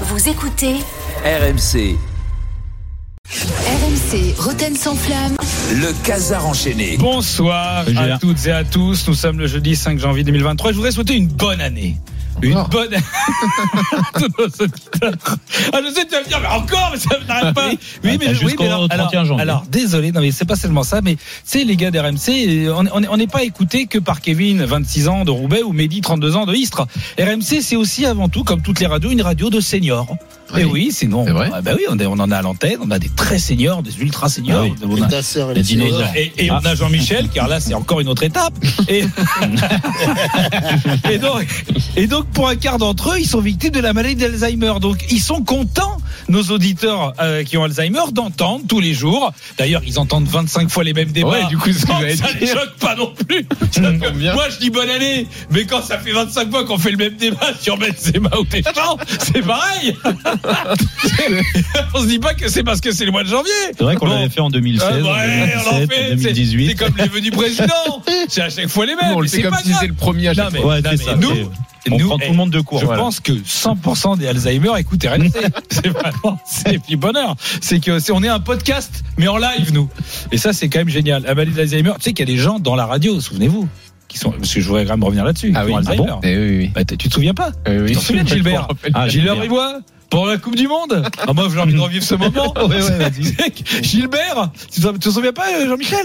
Vous écoutez RMC, RMC Roten sans flamme. le casar enchaîné. Bonsoir Salut, à Gérard. toutes et à tous. Nous sommes le jeudi 5 janvier 2023. Je voudrais souhaiter une bonne année. Une Encore bonne année. à tous nos auditeurs. ah, je sais, tu vas me dire, mais encore, mais ça n'arrête pas. Ah, t'as jusqu'au 31 janvier. alors, désolé, non, mais c'est pas seulement ça, mais tu sais, les gars d'RMC, euh, on on- on n'est pas écouté que par Kevin, 26 ans de Roubaix, ou Mehdi, 32 ans de Istres. RMC, c'est aussi avant tout, comme toutes les radios, une radio de seniors. Oui. Et oui, sinon, C'est vrai ah bah oui, on, est- on en a à l'antenne, on a des très seniors, des ultra seniors. Ah oui. on a- Les dinosaures. et, et on a Jean-Michel, car là, c'est encore une autre étape. Et, et, donc, et donc, pour un quart d'entre eux, ils sont victimes de la maladie d'Alzheimer. Donc, ils sont contents, nos auditeurs euh, qui ont Alzheimer, d'entendre tous les jours. D'ailleurs, ils entendent 25 fois les mêmes débats. Ouais, du coup, c'est ce que Donc, j'allais ça les dire. choque pas non plus. Parce que tombe bien. moi, je dis bonne année, mais quand ça fait 25 fois qu'on fait le même débat sur Benzema ou Deschamps, c'est pareil. on se dit pas que c'est parce que c'est le mois de janvier. C'est vrai qu'on Bon. l'avait fait en 2016, Ah ouais, on en en 2017, fait, en c'est- 2018. C'est comme les vœux du président. C'est à chaque fois les mêmes. Nous, on le mais fait comme pas si grave. c'était le premier à Non, chaque mais, Ouais, non, c'est mais ça, nous, c'est- on nous, prend eh, tout le monde de court. je voilà. pense que 100% des Alzheimer écoutent RMC. c'est vraiment, c'est puis bonheur. C'est que c'est, on est un podcast, mais en live, nous. Et ça, c'est quand même génial. La maladie d'Alzheimer, tu sais qu'il y a des gens dans la radio, souvenez-vous, qui sont, parce que je voudrais quand même revenir là-dessus. qui ont Alzheimer. Eh oui, oui. Bah, t- tu te souviens pas? Eh oui. Tu t'en souviens de Gilbert? Ah, Gilbert. Gilbert Bribois pour la Coupe du Monde Ah, Moi, j'ai envie de revivre ce moment. Ouais, ouais, vas-y. Gilbert Tu te tu te souviens pas, euh, Jean-Michel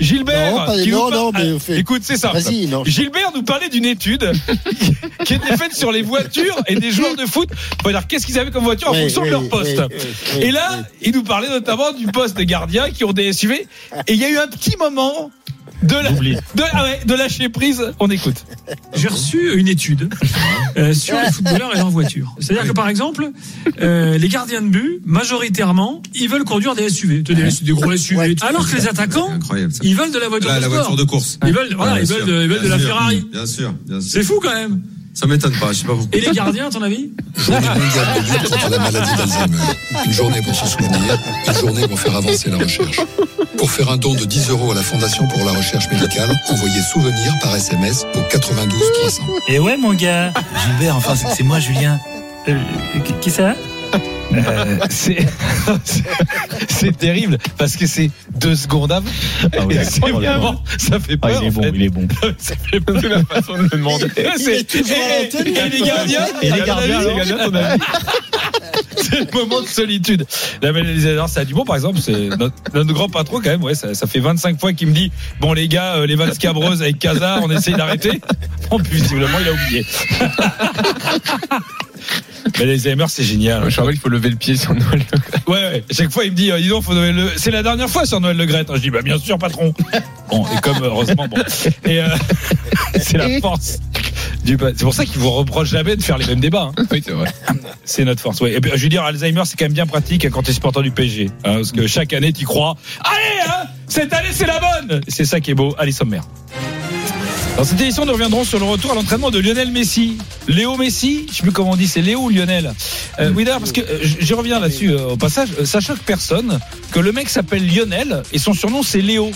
Gilbert Non, pas- qui nous non, par- non, mais Ah, fais- Écoute, c'est simple. Vas-y, non. Gilbert nous parlait d'une étude qui était faite sur les voitures et des joueurs de foot. Bon, alors, qu'est-ce qu'ils avaient comme voiture en Oui, fonction oui, de leur poste oui, oui, oui, Et là, oui. il nous parlait notamment du poste des gardiens qui ont des SUV. Et il y a eu un petit moment de, la- D'oubli. de, ah ouais, de lâcher prise. On écoute. J'ai reçu une étude euh, sur les footballeurs et leur voiture. C'est-à-dire que par exemple, euh, les gardiens de but, majoritairement, ils veulent conduire des SUV, des, des gros SUV. Ouais. Alors que les attaquants, Incroyable ça. ils veulent de la voiture Là, de la sport. voiture de course. Ils veulent, voilà, Ouais, ils bien veulent sûr. de, ils veulent de Bien la sûr. Ferrari. Bien sûr, bien sûr. C'est fou quand même. Ça m'étonne pas, je sais pas pourquoi. Et les gardiens, à ton avis Journée mondiale de lutte contre la maladie d'Alzheimer. Une journée pour se souvenir, une journée pour faire avancer la recherche. Pour faire un don de 10 euros à la Fondation pour la recherche médicale, envoyez souvenir par SMS au 92 300. Et ouais, mon gars. Gilbert, enfin, c'est c'est moi, Julien. Euh, qui- qui ça Euh, c'est c'est terrible parce que c'est deux secondes avant. Ah oui, Et c'est d'accord. vraiment, ça fait Ah, peur. il est en bon, fait. il est bon. Ça fait peur. C'est- est toujours à et- l'antenne, et- il a et les pas gardiens, Et à les mon gardiens, avis, les gardiens, ton avis c'est le moment de solitude. La maladie ça a du bon, par exemple, c'est notre, notre grand patron, quand même, ouais, ça, ça fait 25 fois qu'il me dit, bon, les gars, euh, les vannes scabreuses avec Casa, on essaye d'arrêter. Bon, puis, visiblement, il a oublié. Mais les AMR, c'est génial. Je suis en mode, il faut lever le pied sur Noël. Ouais, ouais. À chaque fois, il me dit, euh, dis donc, faut Noël Le... c'est la dernière fois sur Noël Le Gret. Je dis, bah, bien sûr, patron. Bon, et comme, euh, heureusement, bon. Et euh, c'est la force. du pa- C'est pour ça qu'ils vous reprochent jamais de faire les mêmes débats. hein. Oui, c'est vrai. C'est notre force. Ouais. Et puis, je veux dire, Alzheimer, c'est quand même bien pratique quand t'es supporter du PSG. hein, parce que chaque année, t'y crois. Allez, hein, cette année, c'est la bonne. C'est ça qui est beau. Allez, sommaire. Dans cette édition, nous reviendrons sur le retour à l'entraînement de Lionel Messi. Léo Messi, je sais plus comment on dit, c'est Léo ou Lionel. Euh, oui, d'ailleurs, parce que euh, je je reviens là-dessus euh, au passage. Euh, Ça choque personne que le mec s'appelle Lionel et son surnom c'est Léo.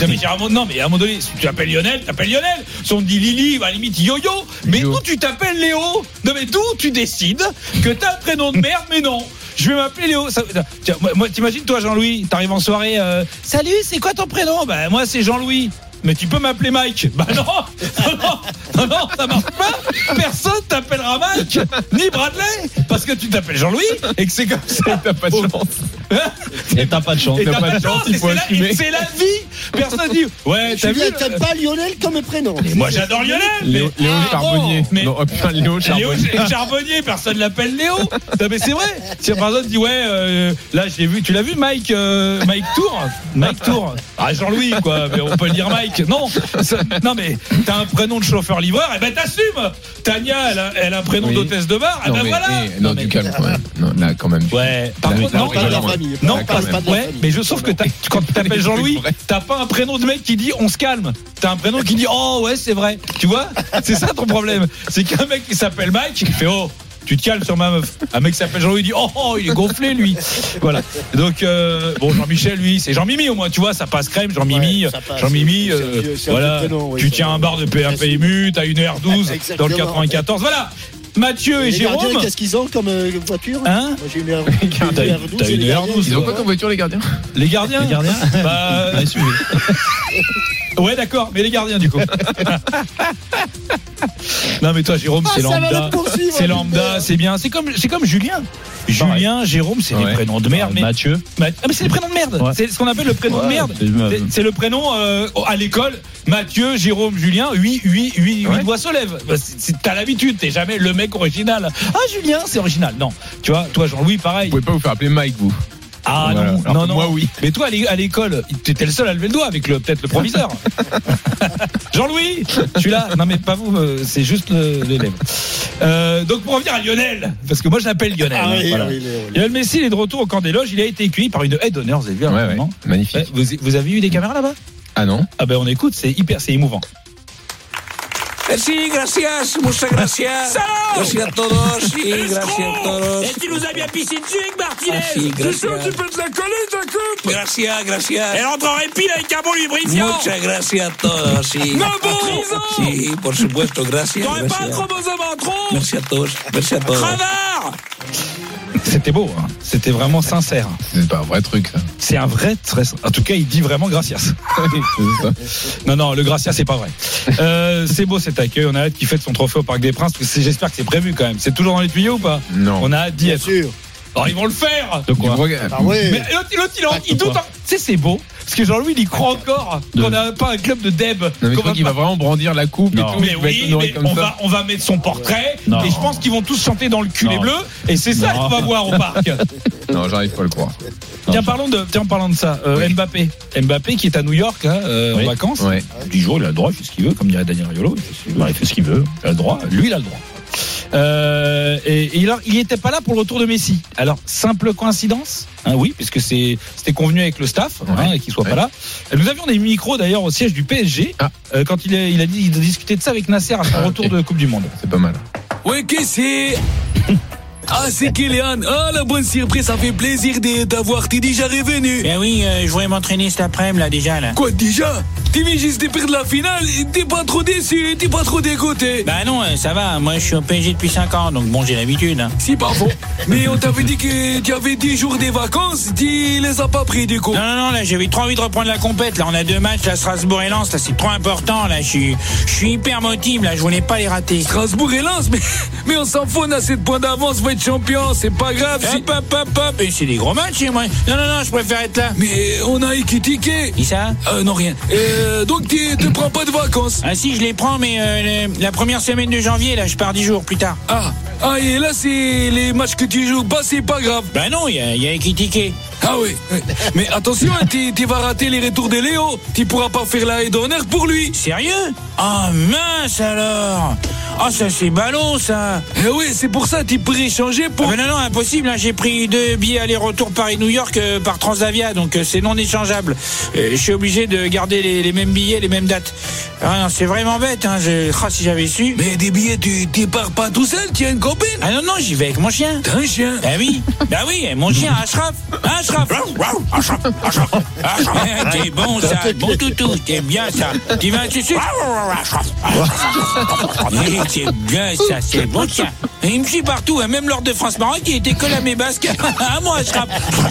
Non mais, j'ai un moment- non, mais à un moment donné, si tu t'appelles Lionel, t'appelles Lionel. Si on te dit Lily, bah, à la limite Yo-Yo. Mais Yo. d'où tu t'appelles Léo Non mais d'où tu décides que t'as un prénom de merde Mais non, je vais m'appeler Léo. Ça- tiens, moi, moi, t'imagines toi Jean-Louis, t'arrives en soirée. euh, Salut, c'est quoi ton prénom Bah moi c'est Jean-Louis. Mais tu peux m'appeler Mike Bah non Non, non, non, non, ça marche pas Personne t'appellera Mike Ni Bradley Parce que tu t'appelles Jean-Louis Et que c'est comme ça T'as pas de chance. Et t'as pas de chance. Et t'as pas de chance, il et faut c'est la- assumer. et c'est la vie Personne dit Ouais, t'as vu Julien, le- t'aimes pas Lionel comme prénom. Moi j'adore Lionel Léo, mais- Léo Ah, Charbonnier. bon, mais- Non, oh, putain, Léo Léo Charbonnier. c'est Charbonnier, personne l'appelle Léo. Non, mais c'est vrai. Si par exemple dit ouais, euh, là j'ai vu, tu l'as vu Mike, euh, Mike Tour, Mike Tour. Ah Jean-Louis quoi, mais on peut le dire Mike. Non, ça- non mais t'as un prénom de chauffeur livreur, et ben t'assumes. Tania, elle a, elle a un prénom Oui. d'hôtesse de bar, et Non, ben mais, voilà. eh, non, du calme quand même. Non, là, quand même. du Ouais. Par Là, contre, là, non, on Pas de rigole, la hein. famille. Non, pas- quand pas même. de la Ouais, famille. mais je sauf que t'as- quand tu t'appelles Jean-Louis, vrai. t'as pas un prénom de mec qui dit on se calme. T'as un prénom qui dit oh ouais c'est vrai. Tu vois C'est ça ton problème. C'est qu'un mec qui s'appelle Mike il fait oh. Tu te calmes sur ma meuf. Un mec qui s'appelle Jean-Louis il dit oh, oh, il est gonflé lui. Voilà. Donc euh, bon Jean-Michel lui c'est Jean-Mimi au moins tu vois ça passe crème Jean-Mimi Ouais, ça passe. Jean-Mimi C'est un euh, vieux- c'est un voilà vieux prénom, oui, tu ça tiens va. un bar de PMU t'as une R12 dans le Exactement. 94 voilà. Mathieu et, Les gardiens, Jérôme. Qu'est-ce qu'ils ont comme euh, voiture Hein Moi j'ai une R12. j'ai une T'as une- R12, t'as et une les gardiens, R12, Ils ont quoi comme voiture, les gardiens Les gardiens Les gardiens Bah, euh, Ouais, d'accord, mais les gardiens du coup. non, mais toi, Jérôme, Ah, c'est ça va lambda. le poursuivre, C'est putain. lambda, c'est bien. C'est comme, c'est comme Julien. Pareil. Julien, Jérôme, c'est des Ouais. prénoms de merde. Mais, Mathieu. mais- ah, mais c'est des prénoms de merde. Ouais. C'est ce qu'on appelle le prénom de merde. Ouais. C'est- C'est le prénom euh, à l'école. Mathieu, Jérôme, Julien. Oui, oui, oui, oui. Ouais. Voix se lève. Bah, c'est- c'est- T'as l'habitude. T'es jamais le mec original. Ah, Julien, c'est original. Non. Tu vois, toi, Jean-Louis, pareil. Vous pouvez pas vous faire appeler Mike, vous. Ah Voilà. non, Alors non, que non. Moi, oui. Mais toi, à l'é- à l'école, t'étais le seul à lever le doigt avec le peut-être le proviseur. Jean-Louis, je suis là. Non, mais pas vous, euh, c'est juste le- l'élève. Euh, donc pour revenir à Lionel, parce que moi je l'appelle Lionel. Ah hein, oui, voilà. oui, il est- Lionel Messi, il est de retour au camp des loges. Il a été accueilli par une aide d'honneur, vous avez vu, à un Ouais, ouais. moment. Magnifique. Ouais, vous, vous avez eu des caméras là-bas Ah non Ah ben on écoute, c'est hyper, c'est émouvant. Merci, Eh gracias, muchas gracias. Gracias a todos y gracias a todos. tu nous as bien pissé dessus avec Martinez Merci, gracias. peux te la coller, ta coupe Gracias, gracias. entre en répit avec un bon lubrifiant Muchas gracias a todos. Sí. ¡No, Bozo! Sí, por supuesto, gracias. gracias. chromosome en trop Merci a todos, merci a todos. Cravard C'était beau, hein. c'était vraiment sincère. C'est pas un vrai truc, ça. C'est un vrai très. En tout cas, il dit vraiment gracias. C'est ça. Non, non, le Gracia, c'est pas vrai. Euh, c'est beau cet accueil. On a hâte qu'il fête son trophée au Parc des Princes. parce que c'est- J'espère que c'est prévu quand même. C'est toujours dans les tuyaux ou pas Non. On a hâte d'y Bien être. sûr. Alors, ils vont le faire Tu crois que- Ah ouais. Mais l'autre, l'autre, il, en- il doute. en- Tu sais, c'est beau. Parce que Jean-Louis, il y croit encore qu'on n'a pas un club de Deb. Non, mais qu'on tu crois qu'il va pas- vraiment brandir la coupe Non. et tout Mais il va être oui, honoré mais comme on, ça va, on va mettre son portrait. Non. Et je pense qu'ils vont tous chanter dans le cul Non. les bleus. Et c'est ça Non. qu'on va voir au parc. Non, j'arrive pas à le croire. tiens, parlons de, tiens, en parlant de ça, euh, Oui. Mbappé. Mbappé qui est à New York là, euh, Oui. en vacances. Ouais. 10 jours, il a le droit, il fait ce qu'il veut, comme dirait Daniel Riolo, il fait ce qu'il veut, il fait ce qu'il veut, il a le droit, lui il a le droit. Euh, et, et alors, il n'était pas là pour le retour de Messi. Alors, simple coïncidence, hein, oui, puisque c'est- c'était convenu avec le staff, hein, qu'il soit ouais. pas là. Nous avions des micros d'ailleurs au siège du PSG, Ah. euh, quand il a, il a dit, il a discuté de ça avec Nasser à son Ah, retour ok. de Coupe du Monde. C'est pas mal. Oui, qui c'est Ah, c'est Kylian. Ah, la bonne surprise, ça fait plaisir de t'avoir. T'es déjà revenu. Eh oui, euh, je voulais m'entraîner cet après-midi, là, déjà, là. Quoi, déjà T'es venu juste de perdre la finale. T'es pas trop déçu, t'es pas trop dégoûté. Bah non, euh, ça va, moi, je suis au PSG depuis 5 ans, donc bon, j'ai l'habitude, hein. Si, pardon. Mais on t'avait dit que tu avais 10 jours de vacances. Tu les as pas pris, du coup. Non, non, non, là, j'avais trop envie de reprendre la compète. Là, on a deux matchs, là, Strasbourg et Lens, là, c'est trop important, là, je suis, je suis hyper motivé, là, je voulais pas les rater. Strasbourg et Lens, mais, mais on s'en fout, on a 7 points d'avance, on va être champion, c'est pas grave. si- Hop, hop, hop, hop, et c'est des gros matchs, chez moi. Non, non, non, je préfère être là. Mais euh, on a équitiqué. Qui ça Euh, non, rien. Euh, donc tu te prends pas de vacances. Ah si, je les prends, mais euh, le- la première semaine de janvier, là, je pars 10 jours plus tard. Ah, ah, et là, c'est les matchs que tu joues pas, c'est pas grave. Bah non, il y a, il y a Ekitike. Ah oui. Mais attention, hein, tu tu vas rater les retours de Léo. Tu pourras pas faire la haie d'honneur pour lui. Sérieux Ah mince alors Ah ça c'est ballot ça Eh oui, c'est pour ça, tu pourrais changer Ah pour. bah non, non, impossible, hein, j'ai pris deux billets aller-retour Paris-New York euh, par Transavia, donc euh, c'est non échangeable. Euh, je suis obligé de garder les, les mêmes billets, les mêmes dates. Ah non, c'est vraiment bête, hein, je... ah, si j'avais su. Mais des billets, tu tu pars pas tout seul, tu as une copine. Ah non, non, j'y vais avec mon chien. T'as un chien. Bah oui, bah oui, mon chien Ashraf, Ashraf, Ashraf, Ashraf, Ashraf. T'es bon ça, bon toutou, t'es bien ça. Tu vas tu sucre Ashraf, Ashraf. Eh, T'es bien ça, c'est bon chien. Et il me suit partout, hein, même lors de France Maroc, il était collé à mes basques. À moi Ashraf.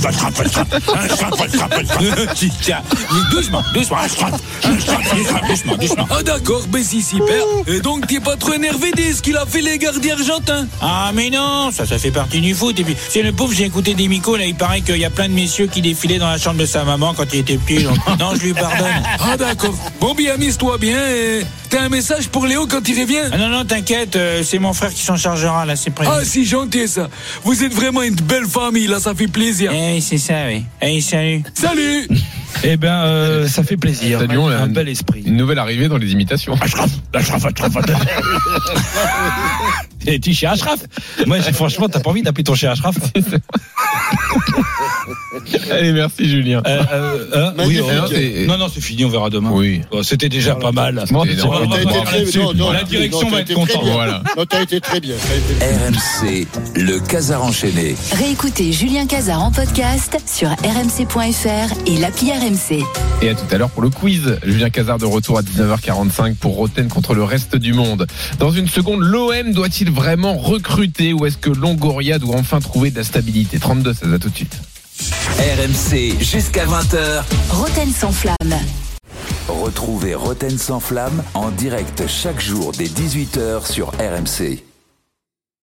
Ashraf, Ashraf, Ashraf, Ashraf, Ashraf. Putain, mais doucement, doucement, Ashraf, Ashraf, Ashraf, doucement, doucement. Ah d'accord, mais si, super. Et donc t'es pas trop énervé de ce qu'il a fait les gardiens argentins. Ah mais non, ça ça fait partie du foot et puis c'est le pauvre j'ai écouté des micos là il paraît qu'il y a plein de messieurs qui défilaient dans la chambre de sa maman quand il était petit donc non je lui pardonne. Ah d'accord. Bon bien, amuse-toi bien. et T'as un message pour Léo quand il revient Ah non non t'inquiète euh, c'est mon frère qui s'en chargera là c'est Ah prévu. si gentil ça. Vous êtes vraiment une belle famille là, ça fait plaisir. Eh c'est ça oui. Eh salut. Salut. Eh ben, euh, ça fait plaisir. Salut, on a un un- bel esprit. Une nouvelle arrivée dans les imitations. Ashraf, Ashraf, Ashraf. Et tu chez Ashraf Moi, j'ai- franchement, t'as pas envie d'appeler ton chien Ashraf Allez, merci Julien. Euh, euh, hein, oui, Magnifique. euh, c'est- non, non, c'est fini, on verra demain. Oui. Oh, C'était déjà pas mal. Bon, On va c'est pas énorme. T'as été parler très- là-dessus. non, non, La direction va non, t'as être été très contente. bien. Voilà. Non, t'as été très bien. t'as été- RMC, le casar enchaîné. Réécoutez Julien Cazard en podcast sur rmc.fr et l'appli RMC. Et à tout à l'heure pour le quiz. Julien Cazard de retour à 19h45 pour Roten contre le reste du monde. Dans une seconde, l'OM doit-il vraiment recruter ou est-ce que Longoria doit enfin trouver de la stabilité 32, ça va tout de suite. RMC jusqu'à 20h. Roten sans flamme. Retrouvez Roten sans flamme en direct chaque jour dès 18h sur RMC.